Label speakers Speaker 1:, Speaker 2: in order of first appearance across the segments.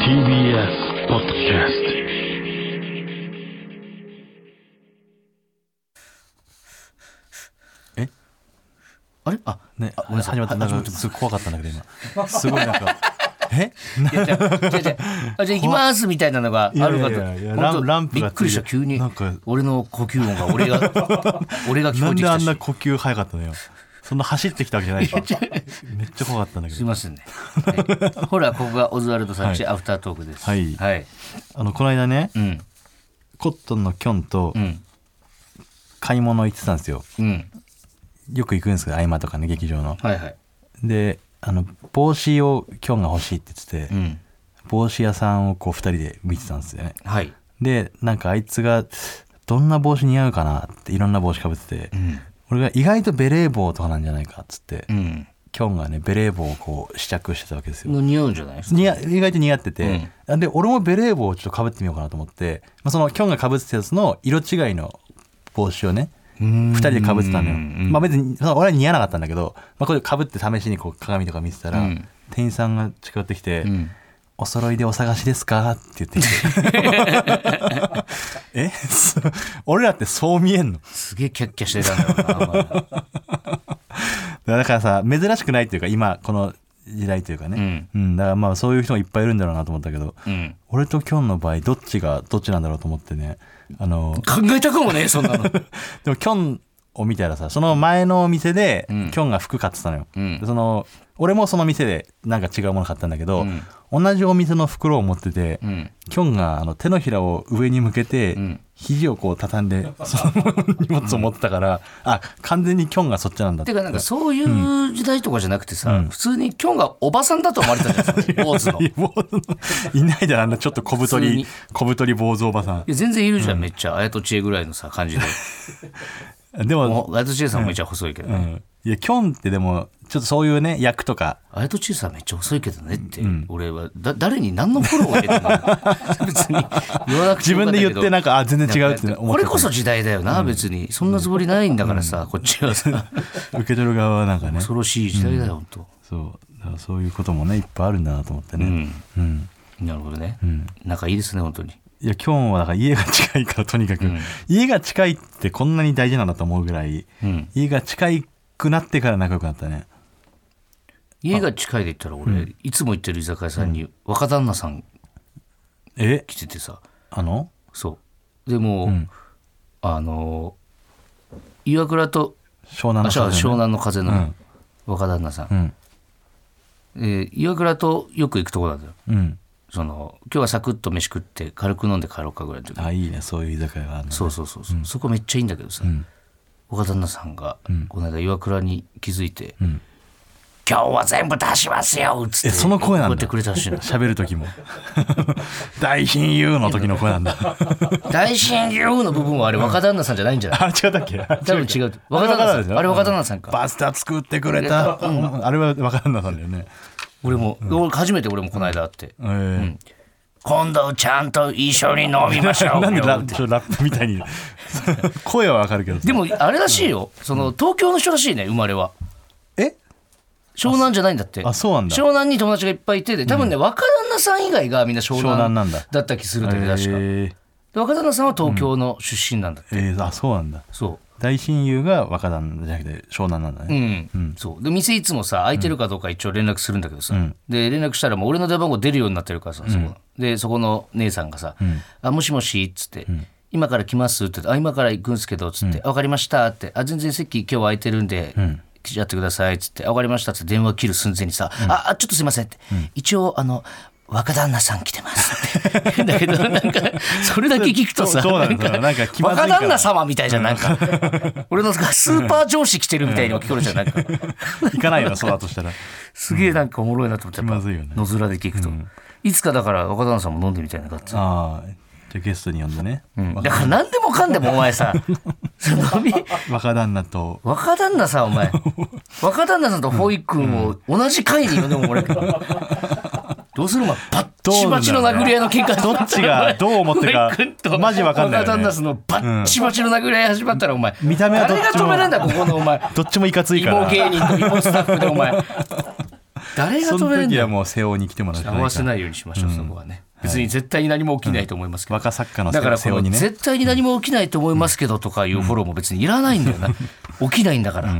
Speaker 1: TBS ポッドキャスト
Speaker 2: あれあ、
Speaker 3: ね、
Speaker 2: ごめんなさい
Speaker 3: 始まった。
Speaker 2: は
Speaker 3: な
Speaker 2: 始ま
Speaker 3: ん
Speaker 2: って
Speaker 3: か、
Speaker 2: ます
Speaker 3: すごい怖かったんだけど、今。 すごいなん か、え
Speaker 2: いやじゃあじゃあじゃああじゃあ行きますみたいなのがあるか
Speaker 3: い
Speaker 2: と
Speaker 3: やいやいや
Speaker 2: 本当
Speaker 3: ランランプ
Speaker 2: び
Speaker 3: が
Speaker 2: っくりした
Speaker 3: ついて
Speaker 2: 急に
Speaker 3: なんか
Speaker 2: 俺の呼吸音が 俺が俺が聞こ
Speaker 3: な
Speaker 2: え
Speaker 3: ん
Speaker 2: て
Speaker 3: で
Speaker 2: きた
Speaker 3: あ
Speaker 2: し
Speaker 3: んな呼吸早かったのよ。そんな走ってきたわけじゃないでしょ。めっちゃ怖かったんだけ
Speaker 2: すい
Speaker 3: ど。
Speaker 2: ませんね、はいほらここがオズワルドさんち、
Speaker 3: はい
Speaker 2: アフタートークです
Speaker 3: はい
Speaker 2: はい、
Speaker 3: あの、この間ね、
Speaker 2: うん
Speaker 3: コットンのキョンと
Speaker 2: うん
Speaker 3: 買い物行ってたんですよ。
Speaker 2: うん
Speaker 3: よく行くんですけど、合間とかね、劇場の。
Speaker 2: はいはい
Speaker 3: で、あの、帽子をキョンが欲しいって言って
Speaker 2: う
Speaker 3: て、
Speaker 2: ん
Speaker 3: 帽子屋さんをこう、二人で見てたんですよね。
Speaker 2: はい
Speaker 3: で、なんかあいつが、どんな帽子似合うかなって、いろんな帽子かぶってて、俺が意外とベレー帽とかなんじゃないかっつって
Speaker 2: う、ん
Speaker 3: キョンがねベレー帽をこう試着してたわけですよ。
Speaker 2: の匂うんじゃないですか
Speaker 3: 似合意外と似合ってて、で俺もベレー帽をちょっとかぶってみようかなと思って、まあ、そのキョンがかぶってたやつの色違いの帽子をね
Speaker 2: 二
Speaker 3: 2人でかぶってたのよ、まあ、
Speaker 2: あ
Speaker 3: 別にその俺は似合わなかったんだけど、まあ、これかぶって試しにこう鏡とか見てたら、
Speaker 2: うん
Speaker 3: 店員さんが近寄ってきて、
Speaker 2: うん
Speaker 3: お揃いでお探しですか?」って言ってきて え そ俺らってそう見えんの
Speaker 2: すげえキャッキャしてたんだろうなお前
Speaker 3: だからさ珍しくないっていうか今この時代というかね、うん、だからまあそういう人もいっぱいいるんだろうなと思ったけど、
Speaker 2: うん
Speaker 3: 俺とキョンの場合どっちがどっちなんだろうと思ってねあの
Speaker 2: 考えたかもねそんなの
Speaker 3: でもキョンを見たらさその前のお店で、
Speaker 2: うん
Speaker 3: キョンが服買ってたのよ、
Speaker 2: うん
Speaker 3: でその俺もその店でなんか違うもの買ったんだけど、
Speaker 2: うん
Speaker 3: 同じお店の袋を持ってて、
Speaker 2: うん
Speaker 3: キョンがあの手のひらを上に向けて、
Speaker 2: ん
Speaker 3: 肘をこう畳んで その荷物を持ってたから、あ完全にキョンがそっちなんだって
Speaker 2: てかなんかそういう時代とかじゃなくてさ、普通にキョンがおばさんだと思われてたじゃないですか坊主 の
Speaker 3: いやもういないだろあんなちょっと小太
Speaker 2: 普通
Speaker 3: り
Speaker 2: に
Speaker 3: 小太り坊主おばさん
Speaker 2: いや全然いるじゃん、めっちゃ綾戸知恵ぐらいのさ感じで
Speaker 3: でも
Speaker 2: もう綾戸知恵さんもめっちゃ細いけど
Speaker 3: う
Speaker 2: ね
Speaker 3: んいやキョンってでもちょっとそういうね役とか
Speaker 2: 綾戸知恵さんめっちゃ細いけどねって、俺はだ誰に何のフォローが得てんの 別に言わなくて
Speaker 3: 自
Speaker 2: よか
Speaker 3: 分
Speaker 2: ったけど
Speaker 3: で言ってなんかあ全然違うって思
Speaker 2: こ
Speaker 3: っ
Speaker 2: れ
Speaker 3: て
Speaker 2: こそ時代だよな、別にそんなつもりないんだからさ、こっちはさ
Speaker 3: 受け取る側はなんかね
Speaker 2: 恐ろしい時代だよ、ほんと、
Speaker 3: そうだからそういうこともねいっぱいあるんだなと思って
Speaker 2: う
Speaker 3: ね
Speaker 2: ん
Speaker 3: うん
Speaker 2: なるほどね、
Speaker 3: うん
Speaker 2: 仲いいですね本当に
Speaker 3: いやキョンはだから家が近いからと にかく
Speaker 2: うん
Speaker 3: 家が近いってこんなに大事なんだと思うぐらい
Speaker 2: うん
Speaker 3: 家が近いくなってから仲良くなったね
Speaker 2: 家が近いで言ったら俺、いつも行ってる居酒屋さんに若旦那さん
Speaker 3: え
Speaker 2: 来ててさ
Speaker 3: あの
Speaker 2: そうでもう、あの岩倉と
Speaker 3: 湘南
Speaker 2: あ
Speaker 3: の
Speaker 2: そう
Speaker 3: 風
Speaker 2: 湘
Speaker 3: のね
Speaker 2: 南の風
Speaker 3: う
Speaker 2: の
Speaker 3: ん
Speaker 2: 若旦那さん、
Speaker 3: うん
Speaker 2: えー岩倉とよく行くとこなんだよ
Speaker 3: うん
Speaker 2: その今日はサクッと飯食って軽く飲んで帰ろうかぐらいの時
Speaker 3: あいいねそういう居酒屋があるの
Speaker 2: そうそうそうそう、そこめっちゃいいんだけどさ、岡旦那さんが、この間岩倉に気づいて、今日は全部出しますよ」っつって
Speaker 3: えその声なんだ
Speaker 2: こうやってくれたらしいの
Speaker 3: 喋る時も 大親友の時の声なん だ
Speaker 2: 大親友の部分はあれ若旦那さんじゃないんじゃない
Speaker 3: あ違ったっけ
Speaker 2: 多分違う若旦那さんあれ若旦那さんか
Speaker 3: パスタ作ってくれた、あれは若旦那さんだよね、
Speaker 2: 俺も、俺初めて俺もこの間会って
Speaker 3: えー
Speaker 2: 今度ちゃんと一緒に飲みましょう
Speaker 3: なんで
Speaker 2: よ
Speaker 3: ラ
Speaker 2: って
Speaker 3: ちょっとラップみたいに 声はわかるけど
Speaker 2: でもあれらしいよその東京の人らしいね生まれは
Speaker 3: え
Speaker 2: 湘南じゃないんだって
Speaker 3: あそうなんだ
Speaker 2: 湘南に友達がいっぱいいてで多分ね、若旦那さん以外がみんな湘
Speaker 3: 湘南
Speaker 2: 南
Speaker 3: なんだ
Speaker 2: だった気するんだけど確か、
Speaker 3: えー
Speaker 2: で若旦那さんは東京の出身なんだって、
Speaker 3: えーあそうなんだ
Speaker 2: そ
Speaker 3: 大親友が若旦那じゃなくて湘南なんだ
Speaker 2: うう
Speaker 3: ね、
Speaker 2: ん、そうで店いつもさ空いてるかどうか一応連絡するんだけどさ、
Speaker 3: ん
Speaker 2: で連絡したらもう俺の電話番号出るようになってるからさそこの、でそこの姉さんがさ「あもしもし」っつって、今から来ます」って言ってあ今から行くんすけど」っつって「あ分かりました」って「あ全然席今日は空いてるんで」来ちゃってくださいっつって「あ分かりました」っつって電話切る寸前にさ「ああちょっとすいません」って、一応あの若旦那さん来てます」って だけどなんかそれだけ聞くとさ
Speaker 3: そうそうなんだよなんか気まずいから
Speaker 2: 若旦那様みたいじゃんなんか俺のスーパー上司来てるみたいに聞こえるじゃんなんか
Speaker 3: 行かないよなそうだと したら
Speaker 2: すげえなんかおもろいなと思ってやっぱ
Speaker 3: 気まずいよね
Speaker 2: 野面で聞くと、いつかだから若旦那さんも飲んでみたいなガッツ
Speaker 3: ああじゃあゲストに呼んでね、
Speaker 2: だから何でもかんでもお前 さその飲み
Speaker 3: 若旦那と
Speaker 2: 若旦那さんお前若旦那さんと保育君を同じ会に呼んでももらえ るからどうするお前バッチバチの殴り合いの喧嘩
Speaker 3: どっちがどう思ってるか
Speaker 2: 保育君と
Speaker 3: マジわかんないよね
Speaker 2: 若旦那さんのバッチバチの殴り合い始まったらお前
Speaker 3: 見た目はどっちも
Speaker 2: 誰が止めらんだここのお前
Speaker 3: どっちもいかついか
Speaker 2: 芋
Speaker 3: ら
Speaker 2: 芸人と芋スタッフでお前誰が
Speaker 3: そ
Speaker 2: 止
Speaker 3: の
Speaker 2: めるん
Speaker 3: 時
Speaker 2: だ
Speaker 3: はもう瀬尾に来てもらって
Speaker 2: 合わせないようにしましょう、そこはね別に絶対に何も起きないと思いますけど、
Speaker 3: 若作家の
Speaker 2: だから
Speaker 3: 瀬
Speaker 2: こ
Speaker 3: 尾
Speaker 2: の
Speaker 3: にね
Speaker 2: 絶対に何も起きないと思いますけどとかいうフォローも別にいらないんだよな、起きないんだから、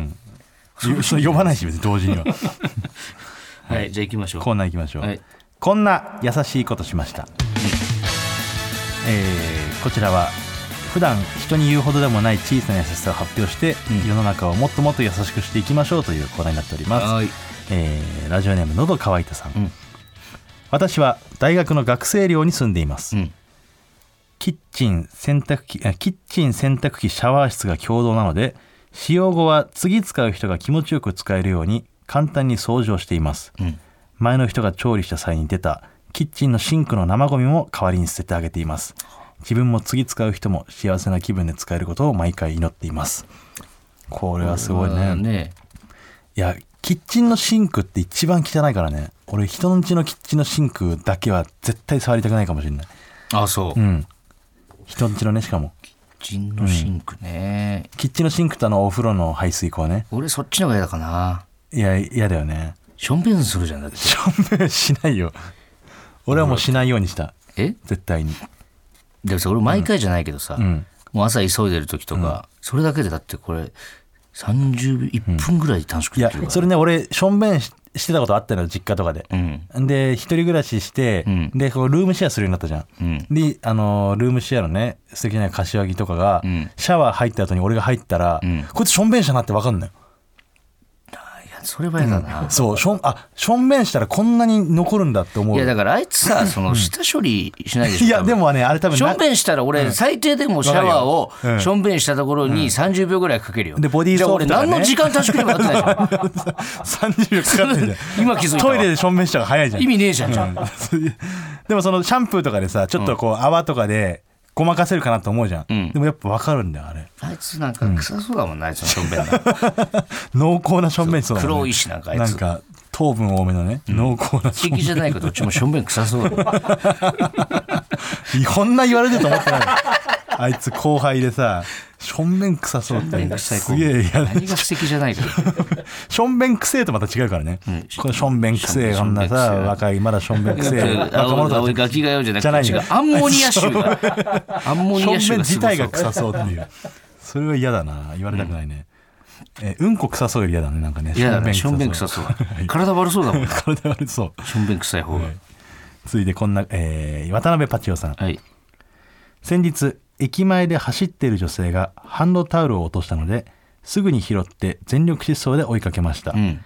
Speaker 3: そ の呼ばないし別に同時には
Speaker 2: はいじゃあ行きましょう
Speaker 3: コーナー行きましょう、
Speaker 2: はい
Speaker 3: こんな優しいことしました、えーこちらは普段人に言うほどでもない小さな優しさを発表して、世の中をもっともっと優しくしていきましょうというコーナーになっております、
Speaker 2: はい
Speaker 3: えーラジオネームのどかわいたさん、
Speaker 2: ん
Speaker 3: 私は大学の学生寮に住んでいます、
Speaker 2: うん
Speaker 3: キッチン洗濯機あキッチン洗濯機シャワー室が共同なので使用後は次使う人が気持ちよく使えるように簡単に掃除をしています、
Speaker 2: ん
Speaker 3: 前の人が調理した際に出たキッチンのシンクの生ゴミも代わりに捨ててあげています自分も次使う人も幸せな気分で使えることを毎回祈っていますこれはすごい
Speaker 2: まあ
Speaker 3: ねいやキッチンのシンクって一番汚いからね俺人の家のキッチンのシンクだけは絶対触りたくないかもしれない
Speaker 2: あそう、
Speaker 3: うん人の家のねしかも
Speaker 2: キッチンのシンクね、
Speaker 3: キッチンのシンクとあのお風呂の排水口ね
Speaker 2: 俺そっちの方が嫌だかない
Speaker 3: や嫌だよね
Speaker 2: ションベンするじゃんだって
Speaker 3: しょんべんしないよ俺はもうしないようにした
Speaker 2: え
Speaker 3: 絶対に
Speaker 2: でもさ俺毎回じゃないけどさ、
Speaker 3: うん
Speaker 2: もう朝急いでる時とか、それだけでだってこれ30秒1分ぐらいで短縮
Speaker 3: い
Speaker 2: で
Speaker 3: や
Speaker 2: きるから、
Speaker 3: それね俺しょんべんししてたことあったのよ実家とかで、
Speaker 2: うん
Speaker 3: で一人暮らしして、
Speaker 2: うん
Speaker 3: でこうルームシェアするようになったじゃん、
Speaker 2: うん
Speaker 3: で、あのールームシェアのね素敵な柏木とかが、
Speaker 2: ん
Speaker 3: シャワー入った後に俺が入ったら、
Speaker 2: ん
Speaker 3: こいつしょんべんしたなって分かんない
Speaker 2: いやそれは嫌だな、
Speaker 3: そうしょんあしょんべんしたらこんなに残るんだって思う
Speaker 2: いやだ
Speaker 3: か
Speaker 2: からあいつさその下処理しないでしょ
Speaker 3: いやでもねあれ多分
Speaker 2: し
Speaker 3: な
Speaker 2: ょんべんしたら俺最低でもシャワ
Speaker 3: わかるよ
Speaker 2: ー
Speaker 3: う
Speaker 2: を
Speaker 3: ん
Speaker 2: しょんべんしたところに30秒ぐらいかけるよ
Speaker 3: でボディー
Speaker 2: じゃあ
Speaker 3: ソープとかね
Speaker 2: 俺何の時間短縮にもなってないじ
Speaker 3: 30秒かかって んじゃん
Speaker 2: 今気づいたわ
Speaker 3: トイレでしょんべんしたら早いじ
Speaker 2: ゃ
Speaker 3: ゃん
Speaker 2: ん意味ねえじゃんじゃあ
Speaker 3: うんでもそのシャンプーとかでさちょっとこう泡とかでごまかせるかなと思うじゃん、
Speaker 2: ん
Speaker 3: でもやっぱ分かるんだよあれ
Speaker 2: あいつなんか臭そうだもんなあいつのしょんべんな
Speaker 3: 濃厚なしょんべんしそうだもんね
Speaker 2: 黒いしなんかあいつ
Speaker 3: なんか糖分多めのね、濃厚なしょん
Speaker 2: 聞きじゃないけどどっちもしょんべん臭そうだもん
Speaker 3: こんな言われてると思ってないあいつ後輩でさしょんべん臭そうって
Speaker 2: 何が臭い
Speaker 3: すげえ嫌だ
Speaker 2: 何が素敵じゃないか
Speaker 3: しょんべん臭えとまた違うからね、
Speaker 2: ん
Speaker 3: これしょんべん臭え
Speaker 2: しょ
Speaker 3: こ
Speaker 2: ん
Speaker 3: ん
Speaker 2: べん
Speaker 3: な
Speaker 2: 臭え
Speaker 3: さ若いまだしょんべん臭え若
Speaker 2: 青
Speaker 3: 者
Speaker 2: い
Speaker 3: た
Speaker 2: 青い
Speaker 3: ち
Speaker 2: ガキがよじゃ
Speaker 3: じゃ
Speaker 2: な
Speaker 3: ない
Speaker 2: くて違
Speaker 3: よ
Speaker 2: うアンモニア臭がアンモニ
Speaker 3: 正
Speaker 2: ア臭
Speaker 3: 面
Speaker 2: がす
Speaker 3: 自
Speaker 2: ご
Speaker 3: 体
Speaker 2: そ
Speaker 3: が
Speaker 2: う
Speaker 3: 臭そうって いうそれは嫌だな言われたくないね、うんえうんこ臭そうより嫌だねなんかね
Speaker 2: いやだねしょんべん臭
Speaker 3: そ
Speaker 2: そう体悪そうだもんな
Speaker 3: う体悪そう
Speaker 2: しょんべん臭い方が
Speaker 3: 続いてこんな、えー渡辺パチオさん
Speaker 2: はい
Speaker 3: 先日駅前で走っている女性がハンドタオルを落としたのですぐに拾って全力疾走で追いかけました、
Speaker 2: うん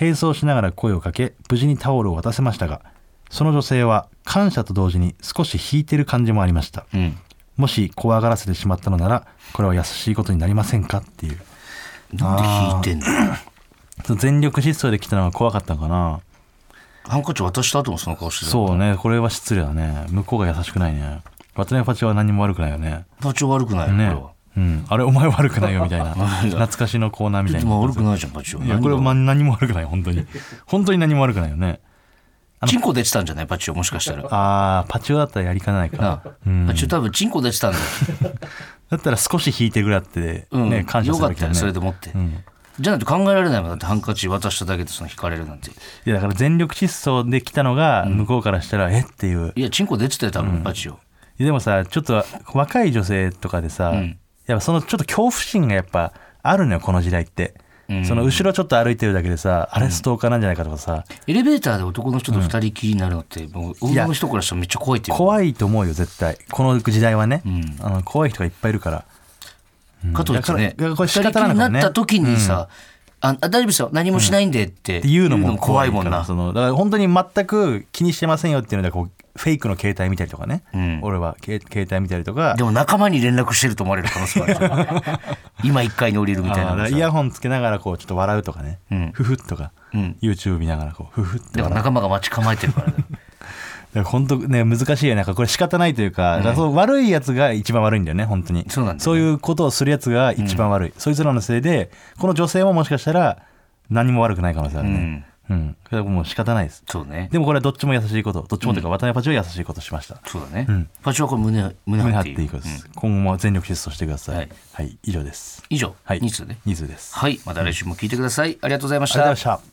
Speaker 3: 並走しながら声をかけ無事にタオルを渡せましたがその女性は感謝と同時に少し引いてる感じもありました、
Speaker 2: うん
Speaker 3: もし怖がらせてしまったのならこれは優しいことになりませんかっていう
Speaker 2: なんで引いてんの
Speaker 3: そう全力疾走で来たのが怖かったのかな
Speaker 2: ハンカチ渡した後もその顔してた
Speaker 3: そうねこれは失礼だね向こうが優しくないね渡辺パチは何も悪くないよね
Speaker 2: パチは悪くないよ、
Speaker 3: ね
Speaker 2: これは
Speaker 3: うん、あれお前悪くないよみたい な
Speaker 2: いや
Speaker 3: 懐かしのコーナーみ
Speaker 2: ちょ
Speaker 3: た
Speaker 2: っ
Speaker 3: い
Speaker 2: と
Speaker 3: な
Speaker 2: まあ悪くないじゃんパチはい
Speaker 3: やこれはま何も悪くない本当に本当に何も悪くないよね
Speaker 2: チンコ出てたんじゃないパチはもしかしたら
Speaker 3: あーパチオだったらやりかない
Speaker 2: な
Speaker 3: か
Speaker 2: あ
Speaker 3: うん
Speaker 2: パチは多分チンコ出てたんだよ、
Speaker 3: だったら少し引いてるぐらいあって、
Speaker 2: うん
Speaker 3: ね感謝
Speaker 2: よ
Speaker 3: す
Speaker 2: か
Speaker 3: る
Speaker 2: っ
Speaker 3: べき
Speaker 2: た
Speaker 3: だ
Speaker 2: よ
Speaker 3: ね
Speaker 2: それでもって、
Speaker 3: うん
Speaker 2: じゃないと考えられないもんだってハンカチ渡しただけでその引かれるなんて
Speaker 3: いやだから全力疾走で来たのが向こうからしたら、えっていう
Speaker 2: いやチンコ出てたよ多分パチを、
Speaker 3: でもさちょっと若い女性とかでさ、
Speaker 2: ん
Speaker 3: やっぱそのちょっと恐怖心がやっぱあるのよこの時代って、その後ろちょっと歩いてるだけでさあれストーカーなんじゃないかとかさ、
Speaker 2: エレベーターで男の人と二人きりになるのってもう女の人からしたらめっちゃ怖いっていう
Speaker 3: 怖いと思うよ絶対この時代はね、
Speaker 2: ん
Speaker 3: あの怖い人がいっぱいいるから
Speaker 2: かといってね
Speaker 3: だからだからこれ仕
Speaker 2: 二人き
Speaker 3: 方な
Speaker 2: り
Speaker 3: いの
Speaker 2: に
Speaker 3: か
Speaker 2: な
Speaker 3: もね
Speaker 2: った時にさ「ああ大丈夫ですよ何もしないんで」って
Speaker 3: っていうのも怖
Speaker 2: 怖
Speaker 3: い
Speaker 2: い
Speaker 3: も
Speaker 2: も
Speaker 3: ん
Speaker 2: ん
Speaker 3: な
Speaker 2: な
Speaker 3: そのだから本当に全く気にしてませんよっていうのでこうフェイクの携帯見たりとかね、
Speaker 2: ん
Speaker 3: 俺はけ携帯見たりとか
Speaker 2: でも仲間に連絡してると思われる可能性もあるから 今一階に降りるみたい
Speaker 3: あ
Speaker 2: な
Speaker 3: ーだ
Speaker 2: の
Speaker 3: から
Speaker 2: さ
Speaker 3: イヤホンつけながらこうちょっと笑うとかね、
Speaker 2: ん
Speaker 3: ふふっとか、
Speaker 2: うん
Speaker 3: YouTube 見ながらこうふふっとか
Speaker 2: でも仲間が待ち構えてるからね
Speaker 3: だから本当ね難しいよねなんかこれ仕方ないというか,、だからそう悪いやつが一番悪いんだよね本当に
Speaker 2: そうなんだよね
Speaker 3: いうことをするやつが一番悪い、そいつらのせいでこの女性ももしかしたら何も悪くない可能性あるねうん、これはもう仕方ないです
Speaker 2: そうね
Speaker 3: でもこれはどっちも優しいことどっちもというか渡辺パチは優しいことしました、
Speaker 2: そうだね
Speaker 3: ん
Speaker 2: パチはこれ胸胸
Speaker 3: 胸
Speaker 2: 張
Speaker 3: 張
Speaker 2: っ
Speaker 3: って
Speaker 2: い
Speaker 3: てい
Speaker 2: い
Speaker 3: くです、今後も全力疾走してください
Speaker 2: は
Speaker 3: はいい、以上です
Speaker 2: 以上
Speaker 3: はい
Speaker 2: 2通ね
Speaker 3: 二通です
Speaker 2: はいまた来週も聞いてくださいありがとうございまし
Speaker 3: ありがとうござい
Speaker 2: た
Speaker 3: ました